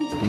tem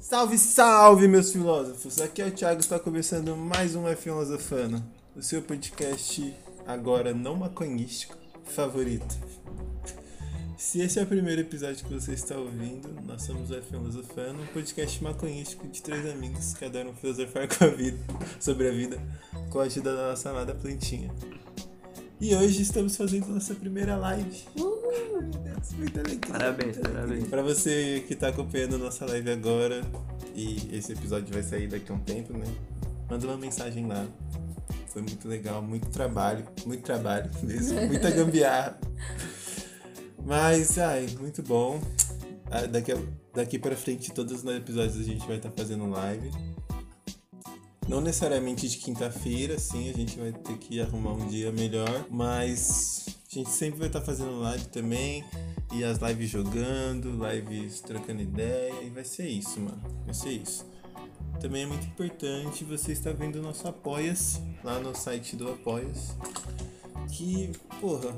Salve, salve, meus filósofos! Aqui é o Thiago, está começando mais um F1osofano, o seu podcast agora não maconhístico favorito. Se esse é o primeiro episódio que você está ouvindo, nós somos o F1osofano, um podcast maconhístico de três amigos que adoram filosofar com a vida, sobre a vida, com a ajuda da nossa amada plantinha. E hoje estamos fazendo nossa primeira live. Uh, meu Deus, muita alegria. Parabéns, muita alegria. parabéns. Pra você que tá acompanhando nossa live agora, e esse episódio vai sair daqui a um tempo, né? Manda uma mensagem lá. Foi muito legal, muito trabalho, muito trabalho mesmo, muita gambiarra. Mas, ai, muito bom. Ah, Daqui, a- daqui pra frente, todos os episódios a gente vai estar fazendo live. Não necessariamente de quinta-feira, sim, a gente vai ter que arrumar um dia melhor, mas a gente sempre vai estar fazendo live também, e as lives jogando, lives trocando ideia, e vai ser isso, mano. Vai ser isso. Também é muito importante você estar vendo o nosso Apoia-se, lá no site do Apoia-se, que, porra,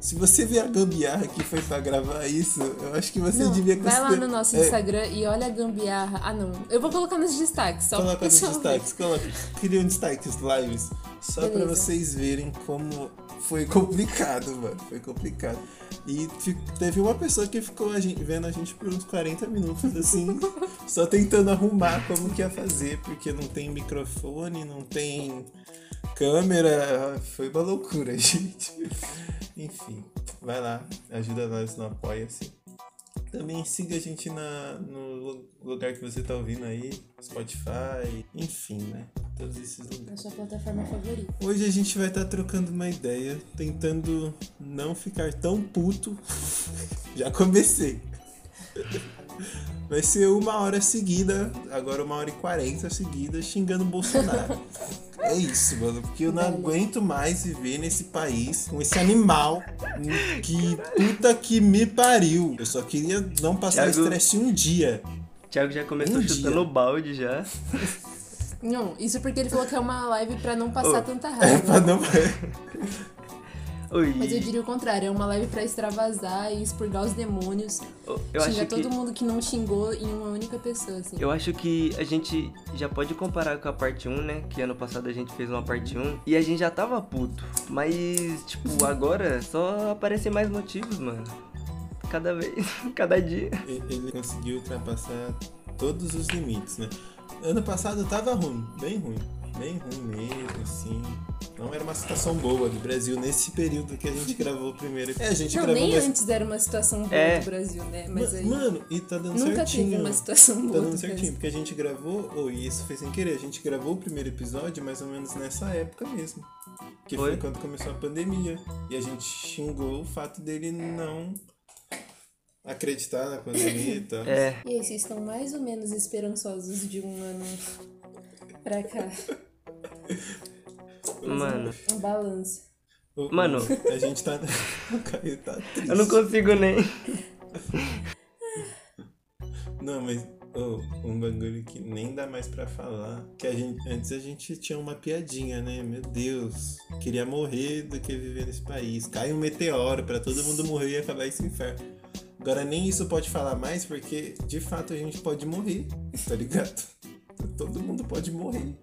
se você ver a gambiarra que foi pra gravar isso, eu acho que você Não, devia vai lá no considerar- nosso é, Instagram e olha a gambiarra. Ah, não. Eu vou colocar nos destaques. Só Coloca pra nos pessoal ver. destaques, coloca. Criam destaques lives. Só pra Beleza. vocês verem como foi complicado, mano. Foi complicado. E fi- teve uma pessoa que ficou a gente- vendo a gente por uns 40 minutos, assim, só tentando arrumar como que ia fazer, porque não tem microfone, não tem câmera. Foi uma loucura, gente. Enfim, vai lá, ajuda nós no Apoia-se. Também siga a gente na, no lu- lugar que você tá ouvindo aí, Spotify, enfim, né? Todos esses Na lugares. sua plataforma favorita. Hoje a gente vai estar trocando uma ideia, tentando não ficar tão puto. Já comecei. Vai ser uma hora seguida, agora uma hora e quarenta seguida, xingando o Bolsonaro. É isso, mano, porque eu não aguento mais viver nesse país com esse animal que puta que me pariu. Eu só queria não passar Thiago. estresse um dia. Thiago já começou Um chutando dia. o balde já. Não, isso porque ele falou que é uma live pra não passar Oh. tanta É raiva. pra não. Oi. Mas eu diria o contrário, é uma live pra extravasar e expurgar os demônios. eu xingar acho todo que mundo que não xingou em uma única pessoa, assim. eu acho que a gente já pode comparar com a parte 1, né? Que ano passado a gente fez uma parte 1 e a gente já tava puto. Mas, tipo, agora só aparecem mais motivos, mano. Cada vez, cada dia. E- ele conseguiu ultrapassar todos os limites, né? Ano passado tava ruim, bem ruim, bem ruim mesmo, assim. Não era uma situação boa do Brasil nesse período que a gente gravou o primeiro. É, a gente Não, gravou nem mais- antes era uma situação boa É. do Brasil, né? Ma- Mas aí. Mano, e tá dando nunca certinho. teve uma situação Tá boa. dando do certinho, Brasil. porque a gente gravou, ou isso foi sem querer, a gente gravou o primeiro episódio mais ou menos nessa época mesmo. Que foi, Foi? quando começou a pandemia. E a gente xingou o fato dele não acreditar na pandemia e tal. É, E aí, vocês estão mais ou menos esperançosos de um ano pra cá. mano. Um balanço. O- Mano. A gente tá. O Caio tá triste. Eu não consigo nem. Não, mas. ô, um bagulho que nem dá mais pra falar. Que a gente, antes a gente tinha uma piadinha, né? Meu Deus. Queria morrer do que viver nesse país. Cai um meteoro pra todo mundo morrer e acabar esse inferno. Agora nem isso pode falar mais, porque de fato a gente pode morrer, tá ligado? Todo mundo pode morrer.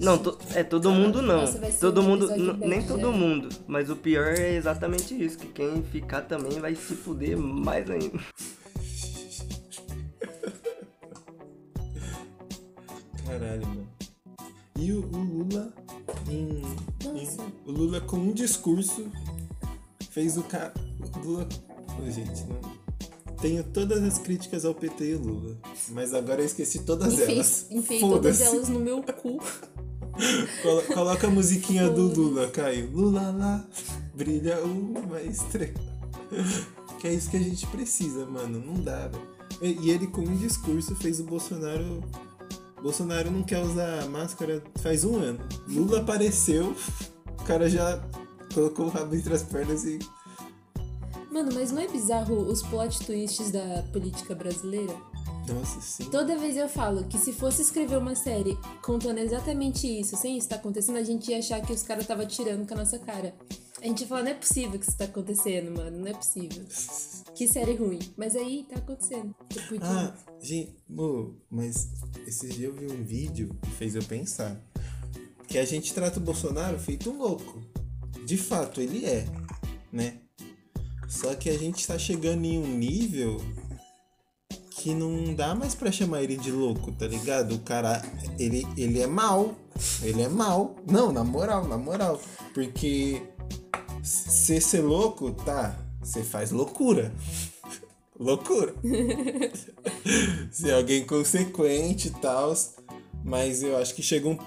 Não, to- é todo mundo não. Nossa, vai ser todo um mundo, episódio n- nem bad, todo né? mundo. Mas o pior é exatamente isso, que quem ficar também vai se fuder mais ainda. Caralho, mano. E o, o Lula em, Nossa. em- O Lula com um discurso fez o cara. Lula. Ô, gente, não. Tenho todas as críticas ao PT e Lula. Mas agora eu esqueci todas Enfei, elas. enfei todas Foda-se. elas no meu cu. Colo- Coloca a musiquinha do Lula, Caio. Lula lá, brilha uma estrela. Que é isso que a gente precisa, mano. Não dá, velho. E e ele, com um discurso, fez o Bolsonaro. Bolsonaro não quer usar máscara faz um ano. Lula apareceu, o cara já colocou o rabo entre as pernas e. Mano, mas não é bizarro os plot twists da política brasileira? Nossa, sim. Toda vez eu falo que se fosse escrever uma série contando exatamente isso, sem isso tá acontecendo, a gente ia achar que os caras tava tirando com a nossa cara. A gente ia falar, não é possível que isso tá acontecendo, mano, não é possível. Que série ruim. Mas aí tá acontecendo. Eu podia- Ah, gente, mo, mas esses dias eu vi um vídeo que fez eu pensar. Que a gente trata o Bolsonaro feito um louco. De fato, ele é, né? Só que a gente tá chegando em um nível que não dá mais pra chamar ele de louco, tá ligado? O cara, ele, ele é mal. Ele é mal. Não, na moral, na moral. Porque se ser louco, tá, você faz loucura. loucura ser alguém consequente e tal. Mas eu acho que chega um.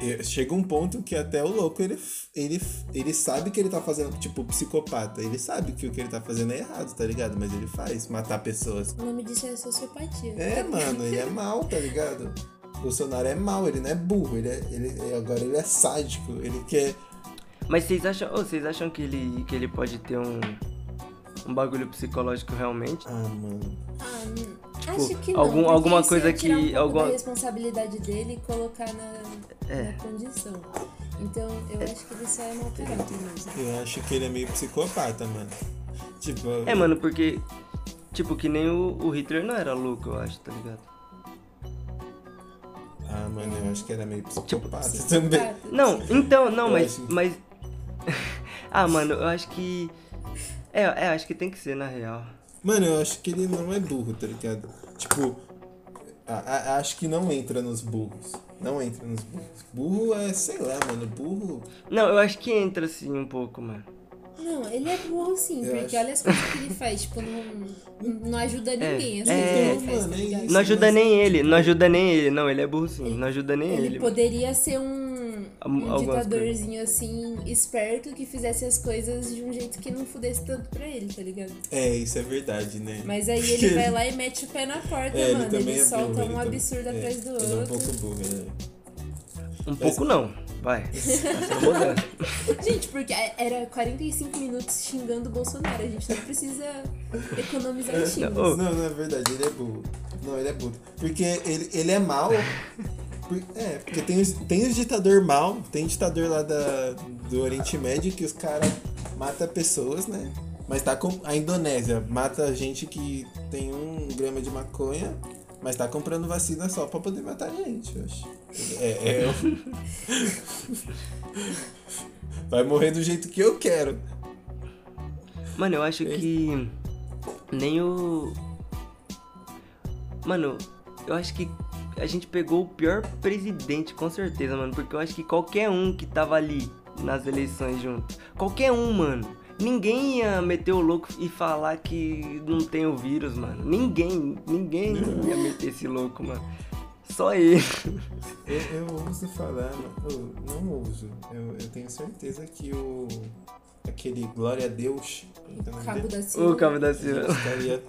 eh, Chega um ponto que até o louco ele, ele, ele sabe que ele tá fazendo, tipo, o psicopata. Ele sabe que o que ele tá fazendo é errado, tá ligado? Mas ele faz, matar pessoas. O nome disso é sociopatia. É, mano, ele é mal, tá ligado? Bolsonaro é mal, ele não é burro, ele, é, ele agora ele é sádico, ele quer. Mas vocês acham, ô, vocês acham que ele, que ele pode ter um, um bagulho psicológico realmente? Ah, mano. Ah, hum, Tipo, acho que não. algum- porque alguma isso coisa ia tirar que- Um pouco alguma- da responsabilidade dele e colocar na, na É. condição. Então, eu acho que ele só é mau caráter mesmo. Eu acho que ele é meio psicopata, mano. Tipo, É, mano, porque. Tipo, que nem o, o Hitler não era louco, eu acho, tá ligado? Ah, mano, eu acho que ele é meio Tipo, psicopata Sim, também. psicopata. Não, então, não, Eu mas. acho. mas... ah, mano, eu acho que. É, é, acho que tem que ser, na real. Mano, eu acho que ele não é burro, tá ligado? Tipo, a- a- acho que não entra nos burros. Não entra nos burros. Burro é, sei lá, mano, burro. Não, eu acho que entra assim um pouco, mano. Não, ele é burro sim, Eu porque acho. olha as coisas que ele faz, tipo, não, não ajuda ninguém, as é, coisas que ele é, faz, mano, tá é ligado? isso. Não ajuda mas- nem ele, não ajuda nem ele. Não, ele é burro sim, não ajuda nem ele. Ele poderia ser um, Algumas um coisas. ditadorzinho assim, esperto, que fizesse as coisas de um jeito que não fudesse tanto pra ele, tá ligado? É, isso é verdade, né? Mas aí ele vai lá e mete o pé na porta, É, mano. Ele, também é solta burro, ele um também- absurdo é, atrás do ele é um pouco outro. burro, né? Um pouco não, vai. Gente, porque é, era 45 minutos xingando o Bolsonaro. A gente não precisa economizar ô, estímulos. Não, não é verdade, ele é burro. Não, ele é burro. Porque ele, ele é mal. por- É, porque tem, os- tem os ditador mal, tem ditador lá da, do Oriente Médio que os caras matam pessoas, né? Mas tá com. A Indonésia mata gente que tem um grama de maconha, mas tá comprando vacina só pra poder matar gente, eu acho. É, é. Vai morrer do jeito que eu quero. Mano, eu acho que. Nem o. Mano, eu acho que a gente pegou o pior presidente, com certeza, mano. Porque eu acho que qualquer um que tava ali nas eleições junto, qualquer um, mano. Ninguém ia meter o louco e falar que não tem o vírus, mano. Ninguém, ninguém ia meter esse louco, mano. Só ele. Eu, eu ouso falar, eu não ouso. Eu, eu tenho certeza que o. aquele Glória a Deus. então, Cabo da é Silva. o Cabo da Silva. ele estaria-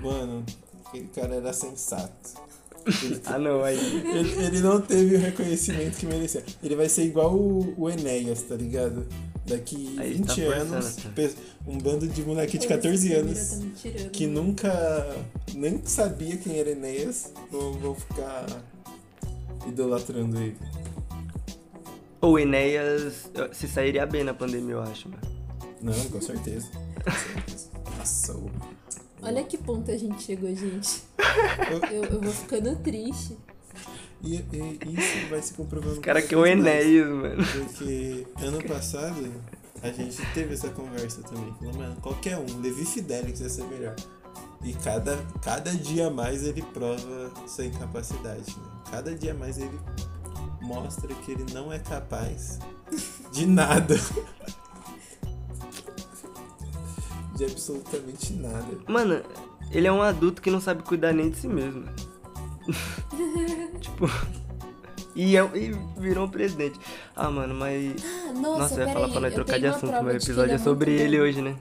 Mano, aquele cara era sensato. Ele, Ah, não, aí. ele- ele não teve o reconhecimento que merecia. Ele vai ser igual o, o Enéas, tá ligado? Daqui Aí 20 tá forçando, anos, tá? pe- um bando de moleque de Pô, esse 14 primeiro anos tá me tirando. que nunca nem sabia quem era Enéas, vou, vou ficar idolatrando ele. O Enéas eu- se sairia bem na pandemia, eu acho, mano. Não, com certeza. Com certeza. Nossa, o- Olha que ponto a gente chegou, gente. Eu, eu vou ficando triste. E, e isso vai se comprovando. Esse cara cada que é o vez mais, Enéas, mano. Porque ano passado a gente teve essa conversa também. Falou, mano, qualquer um, Levi Fidelix ia ser melhor. E cada, cada dia mais ele prova sua incapacidade, né? Cada dia mais ele mostra que ele não é capaz de nada. de absolutamente nada. Mano, ele é um adulto que não sabe cuidar nem de si mesmo. tipo. E, é, e virou um presidente. Ah, mano, mas. Ah, Nossa, nossa, eu ia falar pra peraí. nós Eu trocar de tenho uma assunto, prova meu de que episódio é muito sobre bom. ele hoje, né?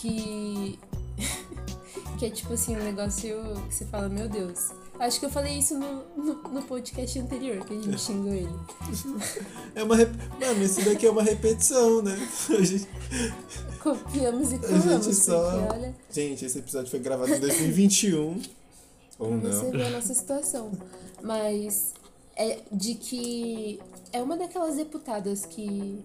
que que é tipo assim, um negócio que você fala, meu Deus. Acho que eu falei isso no, no, no podcast anterior, que a gente xingou ele. É uma. Rep... Mano, isso daqui é uma repetição, né? A gente, Copiamos e a gente colamos, só. porque olha, Gente, esse episódio foi gravado em 2021. Ou pra você não. ver a nossa situação. Mas é de que é uma daquelas deputadas que.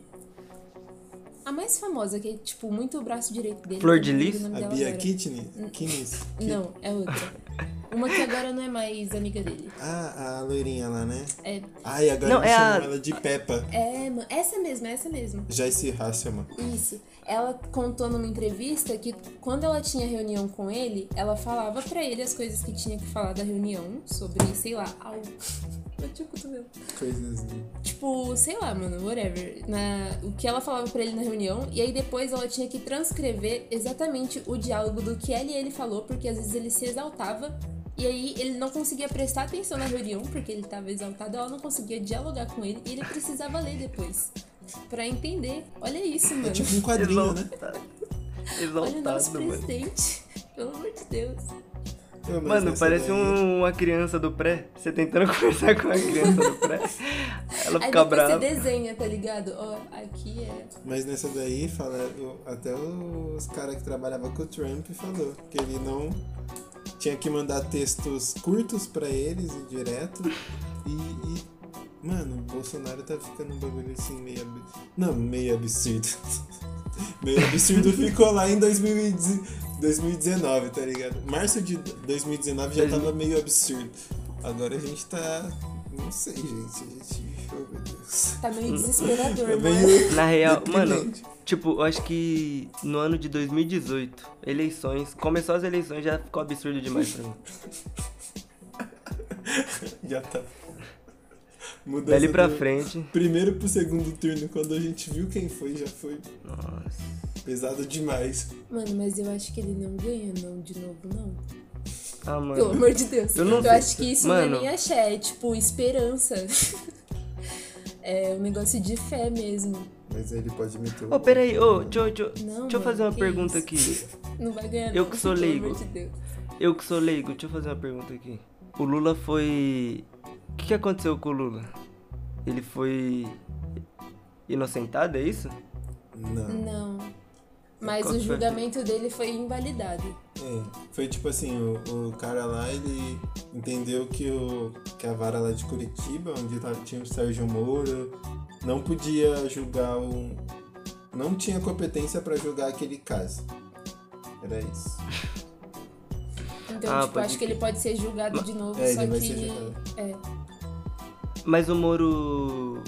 A mais famosa, que é tipo muito o braço direito dele. Flor de eu não lembro lis? o nome A dela Bia agora. Kitney? Kitney? Não, é outra. Uma que agora não é mais amiga dele. Ah, a loirinha lá, né? É, Ai, agora Não, me é a- chamam ela de Peppa. é ma- essa mesma, essa mesma. Já esse Hasselman. Isso. Ela contou numa entrevista que quando ela tinha reunião com ele, ela falava pra ele as coisas que tinha que falar da reunião sobre, sei lá, algo. Eu tinha o cotovelo. Coisas. É Tipo, sei lá, mano, whatever. Na, o que ela falava pra ele na reunião, e aí depois ela tinha que transcrever exatamente o diálogo do que ela e ele falou, porque às vezes ele se exaltava. E aí ele não conseguia prestar atenção na reunião, porque ele tava exaltado, ela não conseguia dialogar com ele, e ele precisava ler depois. Pra entender. Olha isso, mano. É tipo um quadrinho, né? Exaltado. Olha o nosso Exaltado, mano. presidente. Pelo amor de Deus. Não, mas Mano, essa parece daí- um- uma criança do pré. Você tentando conversar com uma criança do pré. Ela Aí fica depois você brava. desenha, tá ligado? Ó, aqui é. Mas nessa daí, fala, o- até os caras que trabalhavam com o Trump falou que ele não tinha que mandar textos curtos pra eles e direto. E, e, mano, o Bolsonaro tá ficando um bagulho assim meio ab... Não, meio absurdo. meio absurdo ficou lá em 2010 2019, tá ligado? Março de 2019 já tava meio absurdo. Agora a gente tá. Não sei, gente. A gente. Oh, meu Deus. Tá Hum. meio desesperador, É mano. meio. Na real, É, mano, Deprimente. tipo, eu acho que no ano de 2018, eleições, começou as eleições, já ficou absurdo demais pra mim. Já tá. Mudança Dali pra do frente, Primeiro pro segundo turno, quando a gente viu quem foi, já foi nossa. pesado demais. Mano, mas eu acho que ele não ganha, não, de novo, não. Ah, mano. Pelo amor de Deus. Eu não sei. acho que isso não Mano. é nem axé, é tipo esperança. é um negócio de fé mesmo. Mas ele pode meter o. Ô, peraí, ô, deixa, eu- deixa eu- Não, deixa eu mano, fazer uma que isso. pergunta aqui. Não vai ganhar, Eu não, que sou leigo. Pelo amor de Deus. Eu que sou leigo, deixa eu fazer uma pergunta aqui. O Lula foi. O que, que aconteceu com o Lula? Ele foi. inocentado, é isso? Não. Não. Mas Ah. Qual o que foi? julgamento dele foi invalidado. É, foi tipo assim, o, o cara lá, ele entendeu que, o, que a vara lá de Curitiba, onde tá- tinha o Sérgio Moro, não podia julgar um. Não tinha competência pra julgar aquele caso. Era isso. Então, Ah, tipo, pode acho que ele pode ser julgado de novo, É, só ele vai que. ser julgado. É. Mas o Moro.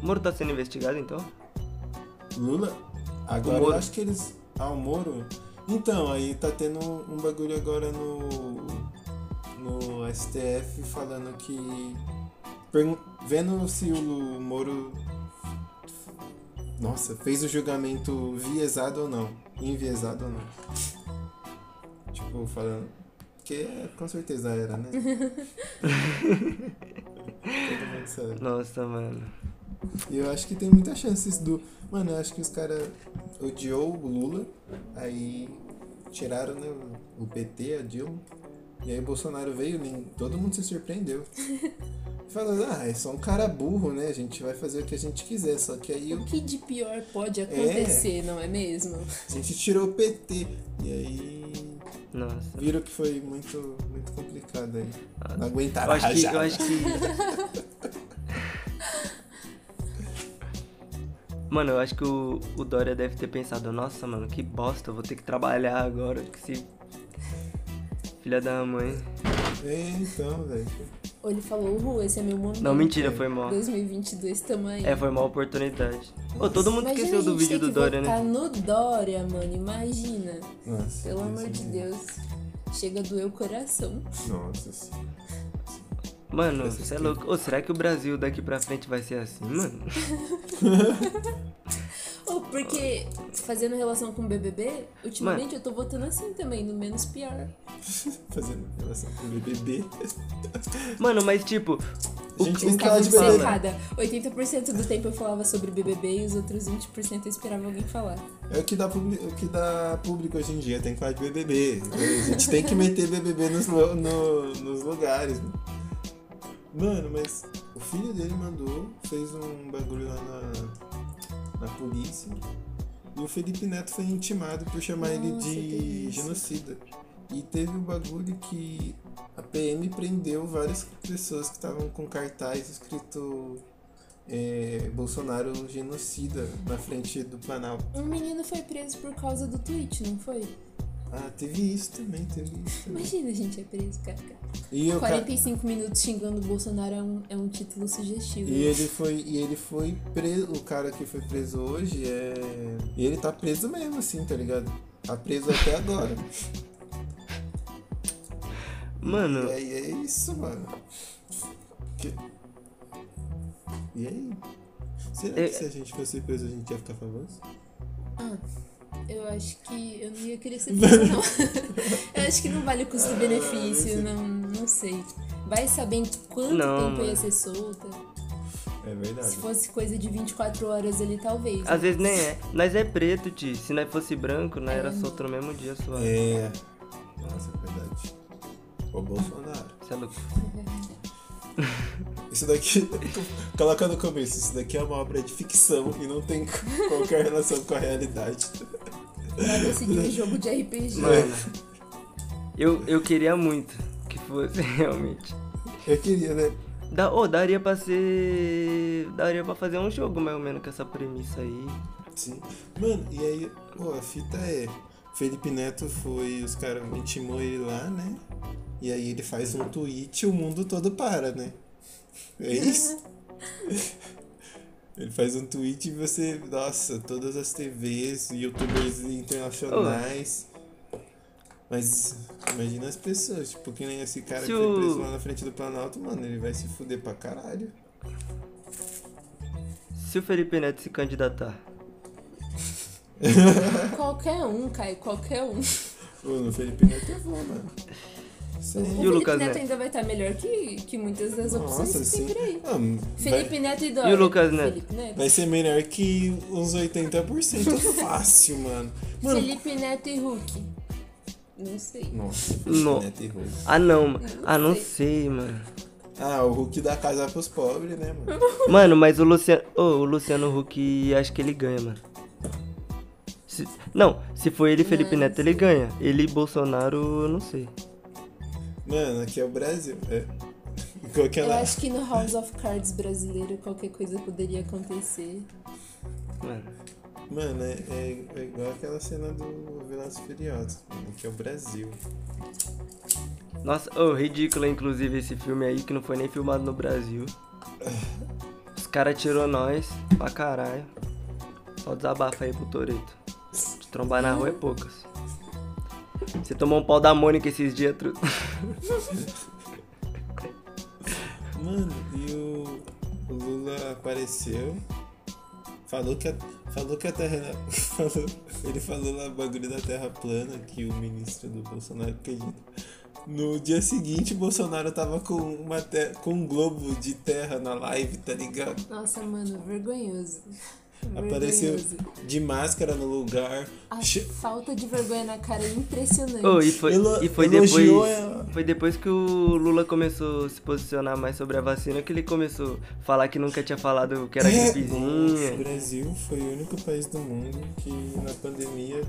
O Moro tá sendo investigado então? Lula? Agora O Moro. eu acho que eles. Ah, o Moro? Então, aí tá tendo um bagulho agora no. No STF falando que. pergun- Vendo se o Moro. Nossa, fez o julgamento viesado ou não. Enviesado ou não. Tipo, falando. Que é, com certeza era, né? Todo mundo sabe. Nossa, mano. E eu acho que tem muitas chances do. Mano, eu acho que os caras odiou o Lula, aí tiraram né, o PT, a Dilma, e aí o Bolsonaro veio, nem... todo mundo se surpreendeu. Falando, ah, é só um cara burro, né? A gente vai fazer o que a gente quiser, só que aí O que de pior pode acontecer, não é mesmo? a gente tirou o PT. E aí Nossa. viram que foi muito, muito complicado aí. Não Ah, Eu aguentaram a acho que. Eu rajada. acho que... Mano, eu acho que o, o Dória deve ter pensado, nossa, mano, que bosta, eu vou ter que trabalhar agora que se. Filha da mãe. É, então, velho. Ou ele falou, uhul, esse é meu momento. Não, mentira, foi mal. 2022, tamo aí. É, foi uma oportunidade. Ô, todo mundo Imagina esqueceu a do gente vídeo ter do que Dória, votar né? no Dória, mano, imagina. Nossa, Pelo Deus amor de me livre. Deus. Chega a doer o coração. Nossa senhora. Mano, você é louco. Ô, será que o Brasil daqui pra frente vai ser assim, mano? Ou Oh, porque, fazendo relação com o BBB, ultimamente eu tô votando assim também, no menos pior. Fazendo relação com o BBB. Mano, mas tipo, A gente tem que Ficava falar de BBB. obcecada. 80% do tempo eu falava sobre BBB e os outros 20% eu esperava alguém falar. É o que, dá público, o que dá público hoje em dia, tem que falar de BBB. A gente tem que meter BBB nos, lu- no- nos lugares. né? Mano, mas o filho dele mandou, fez um bagulho lá na, na polícia. E o Felipe Neto foi intimado por chamar ele Nossa, de teve isso. genocida. E teve um bagulho que a PM prendeu várias pessoas que estavam com cartaz escrito é, Bolsonaro genocida na frente do Planalto. Um menino foi preso por causa do tweet, não foi? Ah, teve isso também, teve isso também. Imagina a gente é preso, cara. E, o ca- 45 minutos xingando o Bolsonaro é um, é um título sugestivo. e ele foi, e ele foi preso, o cara que foi preso hoje é. E ele tá preso mesmo, assim, tá ligado? Tá preso até agora. Mano, E aí é isso, mano. Que- E aí? Será Eu- que se a gente fosse preso a gente ia ficar famoso? Ah, Eu acho que eu não ia querer ser preso, não. eu acho que não vale o custo-benefício, não, não sei. Vai sabendo quanto Ah, Não, tempo eu ia mano. ser solta. É Se verdade. fosse coisa de 24 horas ali, talvez. às vezes nem é. Nós é preto, Ti. Se nós fosse branco, nós era solto no mesmo dia, sua. É. Nossa, é verdade. Ô Bolsonaro. Você é louco. Isso daqui. Coloca no começo, isso daqui é uma obra de ficção e não tem qualquer relação com a realidade. Vai decidir um jogo de RPG. Mano, eu, eu queria muito que fosse realmente. Eu queria, né? Da, ô, daria pra ser. Daria pra fazer um jogo mais ou menos com essa premissa aí. Sim. Mano, e aí, pô, a fita é. Felipe Neto foi, os caras intimou ele lá, né? E aí ele faz um tweet e o mundo todo para, né? É isso? ele faz um tweet e você. Nossa, todas as TVs, youtubers internacionais. Mas imagina as pessoas, tipo, que nem esse cara Se que foi o- preso lá na frente do Planalto, mano, ele vai se fuder pra caralho. Se o Felipe Neto se candidatar. Qualquer um, Caio, qualquer um. Mano, o Felipe Neto é bom, mano. Sério. E o Lucas Felipe Neto Neto? ainda vai estar melhor que, que muitas das opções Nossa, que tem sim. por aí. Ah, m- Felipe vai, Neto e Dória. E o Lucas Neto? Felipe Neto, vai ser melhor que uns 80% fácil, mano. Mano, Felipe Neto e Hulk. Não sei. nossa, No- Felipe Neto é e Hulk. Ah não, mano. Ah, não sei, mano. Ah, o Hulk dá casa pros pobres, né, mano? Mano, mas o Luciano. Ô, o Luciano Huck acho que ele ganha, mano. Se- não, se for ele e Felipe Neto, ele ganha. Ele e Bolsonaro, eu não sei. Mano, aqui é o Brasil. É. Qualquer Eu lá. acho que no House of Cards brasileiro qualquer coisa poderia acontecer. Mano. Mano, é, é- é igual aquela cena do Velozes e Furiosos. mano. Aqui é o Brasil. Nossa, ô, ridículo, inclusive, esse filme aí que não foi nem filmado no Brasil. Os caras tirou nós pra caralho. Só desabafa aí pro Toreto. Te trombar na rua é poucas. Você tomou um pau da Mônica esses dias, tru... Mano, e o, o Lula apareceu. Falou que a, falou que a terra era- falou- ele falou lá o bagulho da terra plana que o ministro do Bolsonaro acredita. No dia seguinte, o Bolsonaro tava com, uma te- com um globo de terra na live, tá ligado? Nossa, mano, vergonhoso. Apareceu Vergonhoso. de máscara no lugar. A che- falta de vergonha na cara é impressionante. Ô, e foi, Elo- e foi depois. elogiou ela. Foi depois que o Lula começou a se posicionar mais sobre a vacina que ele começou a falar que nunca tinha falado que era É. Nossa, o gripezinha. Brasil foi o único país do mundo que na pandemia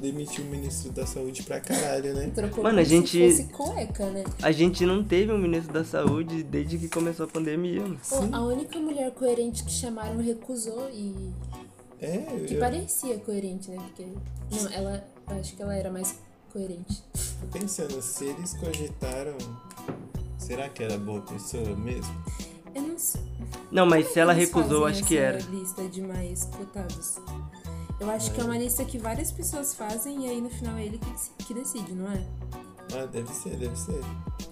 demitiu o ministro da saúde pra caralho, né? Trocou Mano, como a gente- se fosse cueca, né? A gente não teve um ministro da saúde desde que começou a pandemia. mano. Pô, a única mulher coerente que chamaram recusou e É, que eu- parecia coerente, né? Porque não, ela, eu acho que ela era mais coerente. Tô pensando, se eles cogitaram. Será que era boa pessoa mesmo? Eu não sei. Não, mas Como se ela eles recusou, fazem acho que era. essa lista de mais cotados. Eu acho que é uma lista que várias pessoas fazem e aí no final é ele que deci- que decide, não é? Ah, deve ser, deve ser.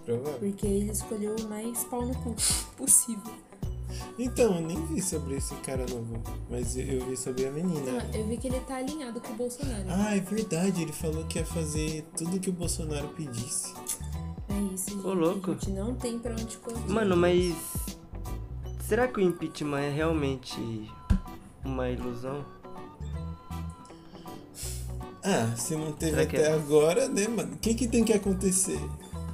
Provável. Porque ele escolheu o mais pau no cu possível. Então, eu nem vi sobre esse cara novo, mas eu- eu vi sobre a menina. Ah, eu vi que ele tá alinhado com o Bolsonaro. Ah, é verdade, ele falou que ia fazer tudo que o Bolsonaro pedisse. É isso, gente. louco. A gente não tem pra onde correr. Mano, mas Será que o impeachment é realmente uma ilusão? Ah, se não teve Será que até é? agora, né, mano? O que, que tem que acontecer?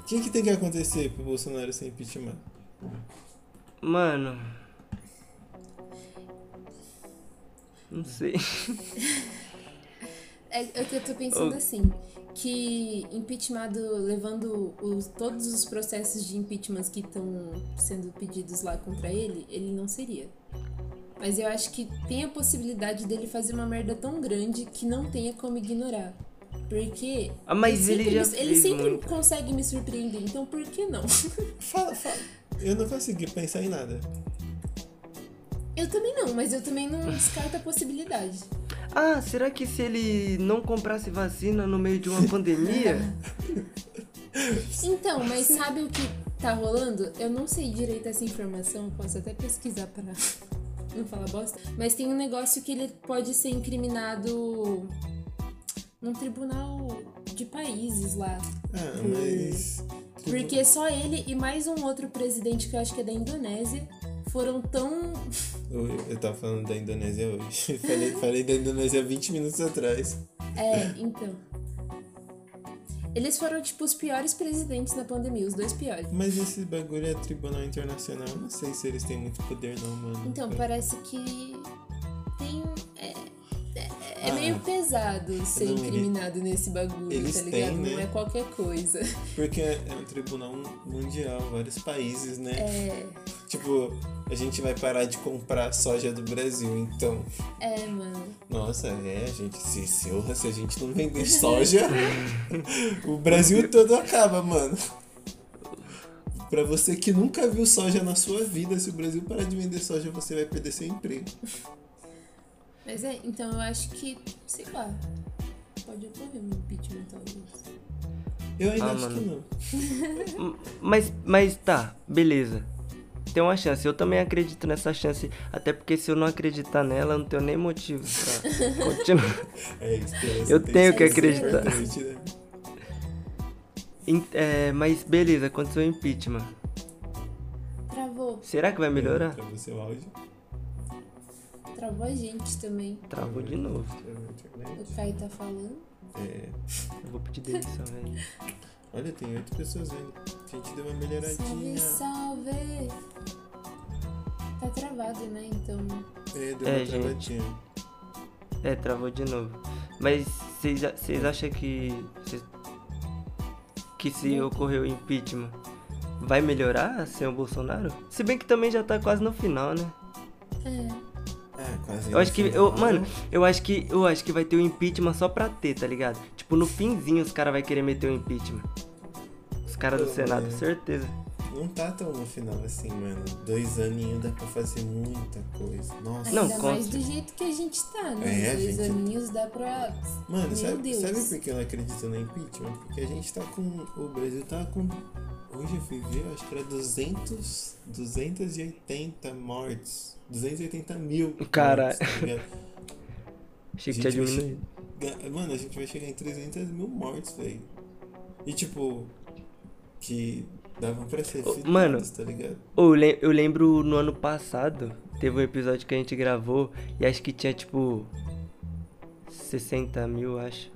O que, que tem que acontecer pro Bolsonaro ser impeachment? Mano. Não sei. É, é que eu tô pensando assim, que impeachment, levando os- todos os processos de impeachment que estão sendo pedidos lá contra ele, ele não seria. Mas eu acho que tem a possibilidade dele fazer uma merda tão grande que não tenha como ignorar. Porque Ah, mas sempre ele já me- ele fez sempre muita. consegue me surpreender, então por que não? Fala, fala. Eu não consegui pensar em nada. Eu também não, mas eu também não descarto a possibilidade. Ah, será que se ele não comprasse vacina no meio de uma pandemia? Então, mas sabe o que tá rolando? Eu não sei direito essa informação, eu posso até pesquisar pra não falar bosta. Mas tem um negócio que ele pode ser incriminado num tribunal de países lá. Ah, mas. Hum. Porque só ele e mais um outro presidente que eu acho que é da Indonésia foram tão. Eu, eu tava falando da Indonésia hoje. falei, falei da Indonésia 20 minutos atrás. É, então. Eles foram, tipo, os piores presidentes na pandemia, os dois piores. Mas esse bagulho é tribunal internacional. Eu não sei se eles têm muito poder, não, mano. Então, Eu- parece que tem. É, é- é Ah. meio pesado ser Não, ele- incriminado nesse bagulho, eles tá ligado? têm, né? Não é qualquer coisa. Porque é um tribunal mundial, vários países, né? É. Tipo, a gente vai parar de comprar soja do Brasil, então. É, mano. Nossa, é, a gente se surra se a gente não vender soja. o Brasil todo acaba, mano. Pra você que nunca viu soja na sua vida, se o Brasil parar de vender soja, você vai perder seu emprego. Mas é, então eu acho que, sei lá, pode ocorrer um impeachment talvez. Eu ainda Ah, acho mano. que não. mas, mas tá, beleza. Tem uma chance. Eu também acredito nessa chance. Até porque se eu não acreditar nela, eu não tenho nem motivo pra continuar. É esperança. Eu tem tenho ser que acreditar. importante, né? Em- é, mas beleza, aconteceu o impeachment. Travou. Será que vai melhorar? Pra você o áudio. Travou a gente também. Travou de novo. O Caio tá falando. É. Eu vou pedir demissão, velho. Olha, tem oito pessoas vendo. A gente deu uma melhoradinha. Salve, salve! Tá travado, né? Então. É, deu É, uma gente. travadinha. É, travou de novo. Mas vocês a- vocês acham que. vocês- que se ocorrer o impeachment, vai melhorar sem o Bolsonaro? Se bem que também já tá quase no final, né? É. Ah, quase. Eu acho que. Eu, mano, eu acho que. Eu acho que vai ter o impeachment só pra ter, tá ligado? Tipo, no finzinho os caras vão querer meter o impeachment. Os caras do Pô, Senado, mano. certeza. Não tá tão no final assim, mano. Dois aninhos dá pra fazer muita coisa. Nossa. Não, Ainda mais conta. do jeito que a gente tá, né? É, a Os gente- aninhos dá pra. Mano, Meu sabe, Deus. sabe por que eu não acredito no impeachment? Porque a gente tá com. O Brasil tá com. Hoje eu fui ver, eu acho que era 200. 280 mortes. 280 mil. Caralho. mortes, tá ligado? Achei que Gente, tinha diminuído. Ga- Mano, a gente vai chegar em 300 mil mortes, velho. E tipo. Que davam pra ser Ô, evitadas, mano. tá ligado? Ô, Eu, lem- eu lembro no ano passado, teve um episódio que a gente gravou e acho que tinha tipo 60 mil, acho.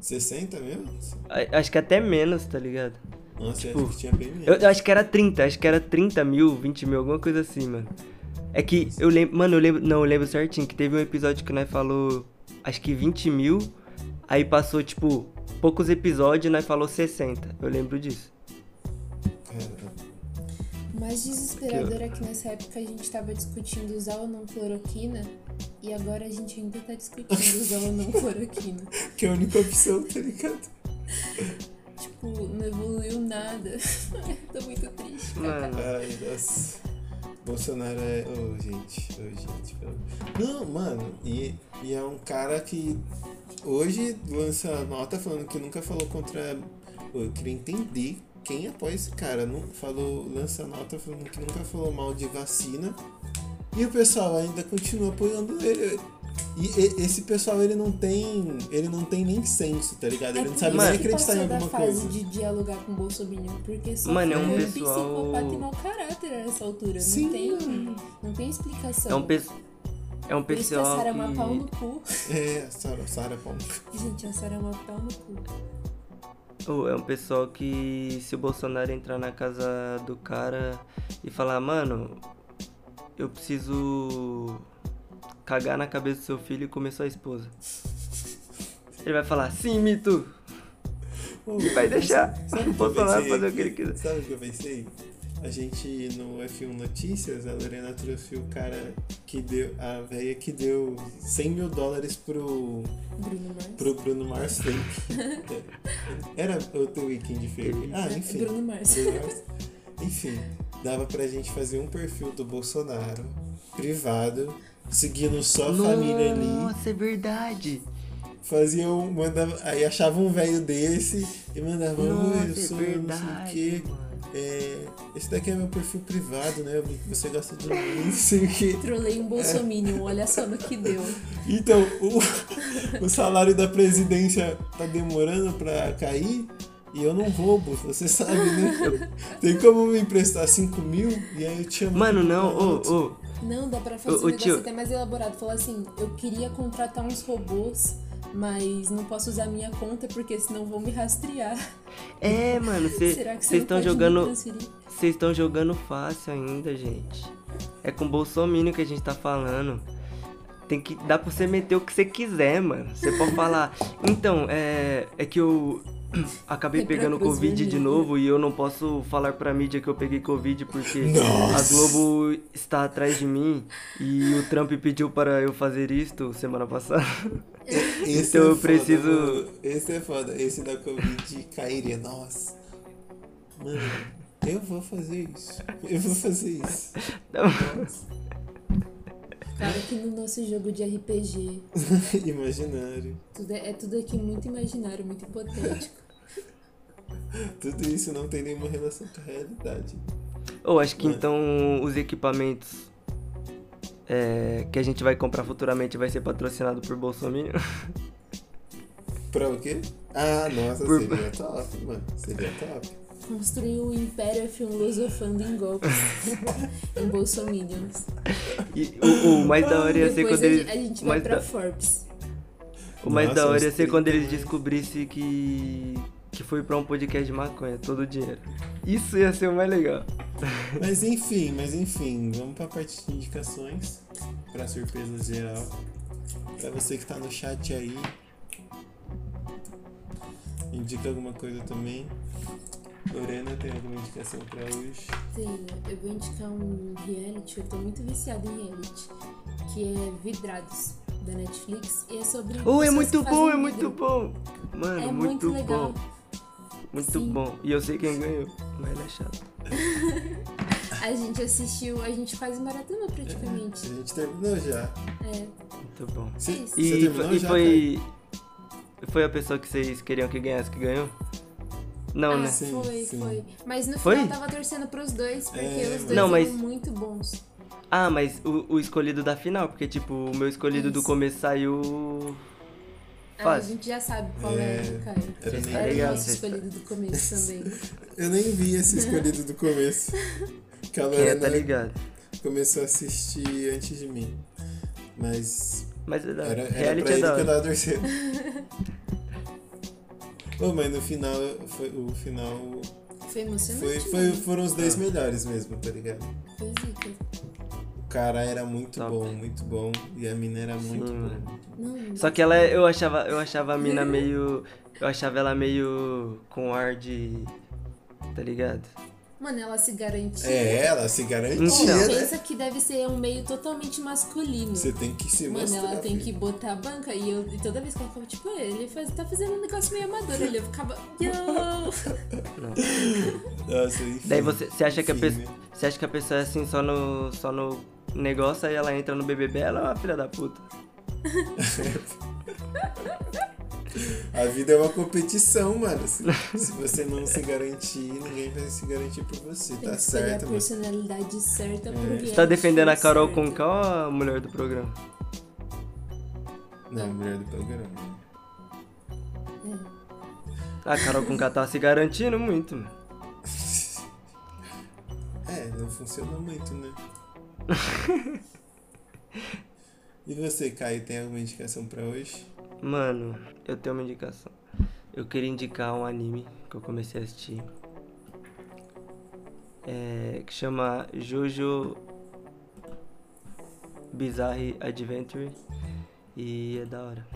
60 mesmo? A- Acho que até menos, tá ligado? Nossa, eu Tipo, acho que tinha bem menos. Eu, eu acho que era 30, acho que era 30 mil, 20 mil, alguma coisa assim, mano. É que eu lembro. Mano, eu lembro. Não, eu lembro certinho que teve um episódio que nós falou. Acho que 20 mil. Aí passou, tipo, poucos episódios e nós falou 60. Eu lembro disso. Cara, O mais desesperador é que nessa época a gente tava discutindo usar ou não cloroquina e agora a gente ainda tá discutindo usar ou não cloroquina. que é a única opção, tá ligado? Tipo, não evoluiu nada. Tô muito triste. Mano. Ai, nossa. Bolsonaro é. Ô, gente. Ô, gente. pelo- Não, mano. E, e é um cara que hoje lança nota falando que nunca falou contra. Pô, eu queria entender quem apoia esse cara. Não falou, lança nota falando que nunca falou mal de vacina. E o pessoal ainda continua apoiando ele. E, e- esse pessoal, ele não tem. Ele não tem nem senso, tá ligado? Ele não É por sabe isso nem que acreditar em passou alguma da fase coisa. de dialogar com o Bolsonaro, porque só Mano, é um foi pessoal- psicopata e é um mau caráter nessa altura. Sim. Não tem, não tem explicação. É um, pe... é um Por isso que a pessoal Sarah é uma pau que... no cu. É, Sara, Sara, Paulo. Gente, a Sarah é uma pau no cu. Ô, é um pessoal que se o Bolsonaro entrar na casa do cara e falar, mano, eu preciso cagar na cabeça do seu filho e comer sua esposa. Ele vai falar, sim, mito! E vai deixar Sabe o o que eu Bolsonaro pensei fazer o aqui? que ele quiser. Sabe o que eu pensei? A gente no F1 Notícias, a Lorena trouxe o cara que deu. A velha que deu 100 mil dólares pro, Bruno Mars. pro Bruno Mars fake. Era o The Weeknd fake. Ah, enfim. Bruno Mars. Bruno Mars. Enfim, dava pra gente fazer um perfil do Bolsonaro privado, seguindo só a família ali. Nossa, é verdade! Fazia um. Mandava, aí achava um velho desse e mandava, Nossa, oi, é eu sou não verdade, sei o quê. mano. É, esse daqui é meu perfil privado, né? Eu vi que você gosta de mim, não sei o quê. Trolei um Bolsominion, olha só no que deu. Então, o, o salário da presidência tá demorando pra cair e eu não roubo, você sabe, né? Tem como me emprestar 5 mil e aí eu te amo. Mano, não, ô, ô, Não, dá pra fazer Ô, ô, um negócio tio. até mais elaborado. Falar assim, eu queria contratar uns robôs, mas não posso usar minha conta porque senão vão me rastrear. é, mano, Será que vocês você não estão pode me jogando. transferir? Vocês estão jogando fácil ainda, gente. É com Bolsonaro que a gente tá falando. Tem que dá pra você meter o que você quiser, mano. Você pode falar. Então, é, é que eu acabei É pra pegando cruz Covid de vermelha. novo e eu não posso falar pra mídia que eu peguei Covid porque a Nossa. Globo está atrás de mim e o Trump pediu para eu fazer isto semana passada. É, Esse então eu foda, preciso- mano. Esse é foda, esse da Covid cairia, nossa. Mano, eu vou fazer isso. Eu vou fazer isso. Claro que no nosso jogo de RPG, Imaginário. tudo é, é tudo aqui muito imaginário, muito hipotético. Tudo isso não tem nenhuma relação com a realidade. Eu acho que É. então os equipamentos é, que a gente vai comprar futuramente vai ser patrocinado por Bolsonaro. Pra o quê? Ah, nossa, Por- seria top, mano. Seria top. Construiu o um Império filosofando em golpes, em Bolsominions. E o, o mais da hora ia ser Depois quando a eles. gente- a gente vai mais pra da- Forbes. O mais da Nossa, hora ia uns ser quando 30 eles mais. descobrissem que. que foi pra um podcast de maconha, todo o dinheiro. Isso ia ser o mais legal. Mas enfim, mas enfim, vamos pra parte de indicações. Pra surpresa geral. Pra você que tá no chat aí. Indica alguma coisa também. Lorena, tem alguma indicação pra hoje? Tenho, eu vou indicar um reality, eu tô muito viciada em reality, que é Vidrados, da Netflix, e é sobre. Oh, é pessoas muito que fazem bom, é vidro. muito bom! Mano, É muito, muito legal. bom. Muito Sim. bom. E eu sei quem ganhou. Mas é chato. A gente assistiu, a gente faz maratona A praticamente. gente terminou já. então, É, Muito bom. Cê- É isso. cê E, terminou fo- e já, Caio? foi. Foi a pessoa que vocês queriam que ganhasse que ganhou? Não, ah, né? Sim, foi, sim. foi. Mas no Foi? final eu tava torcendo pros dois, porque É, os dois Não, eram mas- muito bons. Ah, mas o, o escolhido da final, porque tipo, o meu escolhido do Isso. começo saiu. Ah, Faz. a gente já sabe qual é, É, né, Caio. era nem- Era o Legal, nosso vocês- escolhido do começo também. Eu nem vi esse escolhido do começo. Que a Quem é, Lorena tá ligado? começou a assistir antes de mim. Mas Mas é da hora. Era, era reality pra é ele da que eu hora. tava torcendo. Ô, mas no final, foi, o final Foi emocionante. foi, foi- né? foram os 10 Ah. melhores mesmo, tá ligado? Foi zica. O cara era muito Top. bom, muito bom, e a mina era muito né? mano. boa. Não, Só que ela, é- eu achava, eu achava a mina meio. Eu achava ela meio com ar de. Tá ligado? mano, ela se garantia. É, ela se Então. Ou garantia, Então, pensa né? que deve ser um meio totalmente masculino. Você tem que se Mano, mostrar. ela tem filho. que botar a banca e, eu, e toda vez que ela ficava, tipo, ele faz- tá fazendo um negócio meio amador, ele eu ficava, yo! Nossa, enfim, Daí você, você acha que a enfim, pessoa. né? Você acha que a pessoa é assim só no. só no negócio, aí ela entra no BBB, ela é uma filha da puta. A vida é uma competição, mano. Se, se você não se garantir, ninguém vai se garantir por você, Tem que tá escolher certo, a mano. personalidade certa porque. Você tá é defendendo a Carol certa. Conká ou a mulher do programa? Não, mulher do programa. A Carol com K tá se garantindo muito, mano. É, não funciona muito, né? e você, Caio, tem alguma indicação pra hoje? Mano, eu tenho uma indicação. Eu queria indicar um anime que eu comecei a assistir. É, que chama Jojo Bizarre Adventure. E é da hora.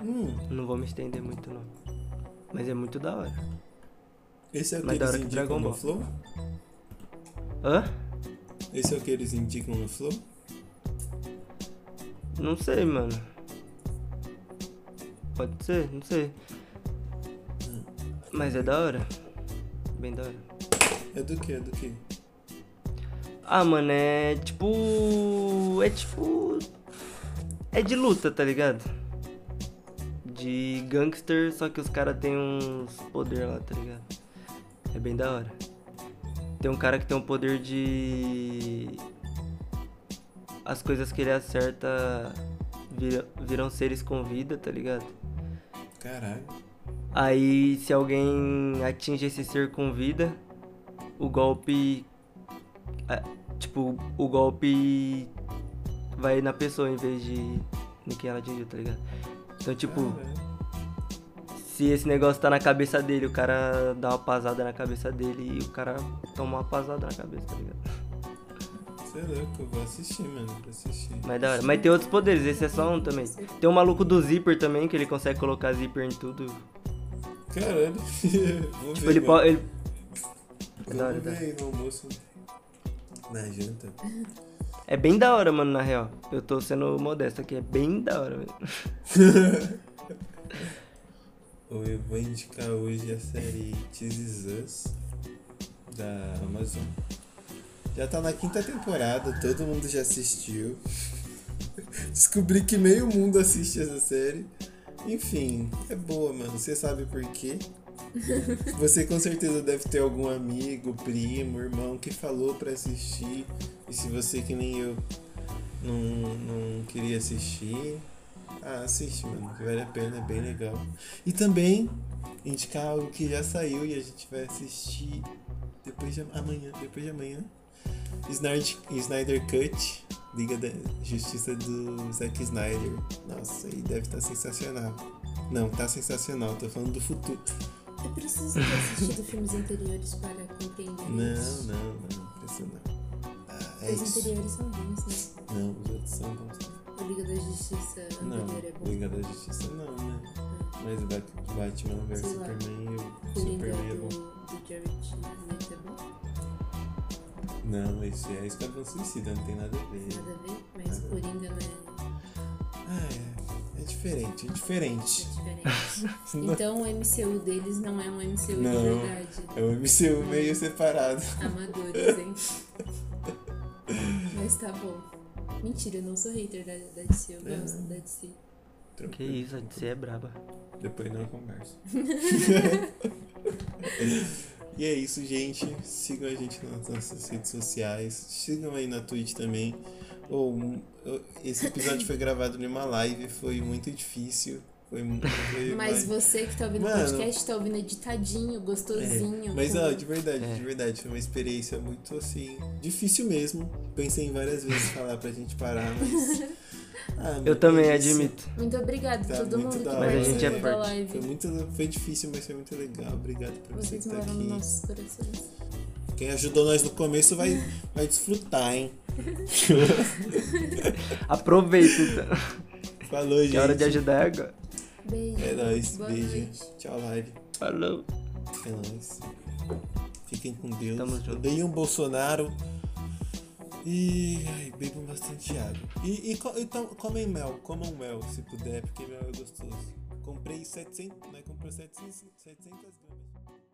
Hum, Não vou me estender muito não. Mas é muito da hora. esse é o que Mais da eles hora que indicam Dragon no Ball. Flow? Hã? Esse é o que eles indicam no Flow? Não sei, mano. Pode ser, não sei. Mas é da hora. Bem da hora. É do que? É do que? Ah, mano, é tipo. É tipo. É de luta, tá ligado? De gangster, só que os caras têm uns poder lá, tá ligado? É bem da hora. Tem um cara que tem um poder de. As coisas que ele acerta vira- viram seres com vida, tá ligado? Caralho. Aí, se alguém atinge esse ser com vida, o golpe. a- tipo, o golpe vai na pessoa em vez de em quem ela atingiu, tá ligado? Então, tipo, Caralho. se esse negócio tá na cabeça dele, o cara dá uma pasada na cabeça dele e o cara toma uma pasada na cabeça, tá ligado? Você é louco, eu vou assistir, mano. Vou assistir. Mas da hora. Mas tem outros poderes, esse é só um também. Tem o maluco do zíper também, que ele consegue colocar zíper em tudo. Caralho. vou Tipo, ver, ele mano. pode. Ele... É Vamos Da hora, tá? da ver hora. aí no almoço. Na janta. É bem da hora, mano, na real. Eu tô sendo modesto aqui, é bem da hora mesmo. Ou eu vou indicar tá hoje é a série This Is Us da Amazon. Já tá na quinta temporada, todo mundo já assistiu. Descobri que meio mundo assiste essa série. Enfim, é boa, mano. Você sabe por quê? Você com certeza deve ter algum amigo, primo, irmão que falou pra assistir. E se você que nem eu não, não queria assistir, ah, assiste, mano, que vale a pena, é bem legal. E também indicar algo que já saiu e a gente vai assistir depois de amanhã, depois de amanhã. Snarch- Snyder Cut, Liga da Justiça do Zack Snyder. Nossa, aí deve estar sensacional. Não, tá sensacional, tô falando do futuro. Eu preciso ter assistido filmes anteriores para compreender Não, isso. não, não, preciso não. Ah, é Os isso. anteriores são bons, né? Não, os outros são bons. A Liga da Justiça Não, anterior é bom. Liga da Justiça não, né? Mas Bat- Batman vs Sei lá. Superman e o Coringa Superman é do, bom. do Jared Leto é bom? Não, esse é Esquadrão Suicida, não tem nada a ver. Nada a ver, mas Nada. Coringa não é, Ah, é. É diferente, é diferente. é diferente. Não. então o MCU deles não é um MCU Não. de verdade. É um MCU meio separado. Amadores, hein? Mas tá bom. Mentira, eu não sou hater da, da DC, eu É, gosto não. da DC. Que isso, a DC é braba. Depois não conversa. e é isso, gente. Sigam a gente nas nossas redes sociais. Sigam aí na Twitch também. Ou um- eu- esse episódio foi gravado numa live, foi muito difícil. Foi, mu- foi Mas mais- você que tá ouvindo o Mano. podcast, tá ouvindo editadinho, gostosinho. É, Mas com- ó, de verdade, É. de verdade, foi uma experiência muito assim, difícil mesmo. Pensei em várias vezes falar pra gente parar, mas. Ah, mano, Eu também é isso. admito. Muito obrigada Tá a todo muito mundo que da hora. né? Mas a gente é participou da forte. Foi live. muito, foi difícil, mas foi muito legal. Obrigado por você Vocês que tá moram aqui. nos nossos corações. Quem ajudou nós no começo vai, vai desfrutar, hein? Aproveita então. Falou, gente. Que hora de ajudar é agora. Beijo. É nóis. Boa Beijo. noite. Tchau, live. Falou. É nóis. Fiquem com Deus. Tamo junto. Odeiam o Bolsonaro. E ai, bebam bastante água. E, e, co- e tam- comem mel, comam mel se puder, porque mel é gostoso. Comprei 700, né? Comprei 700, 700 gramas.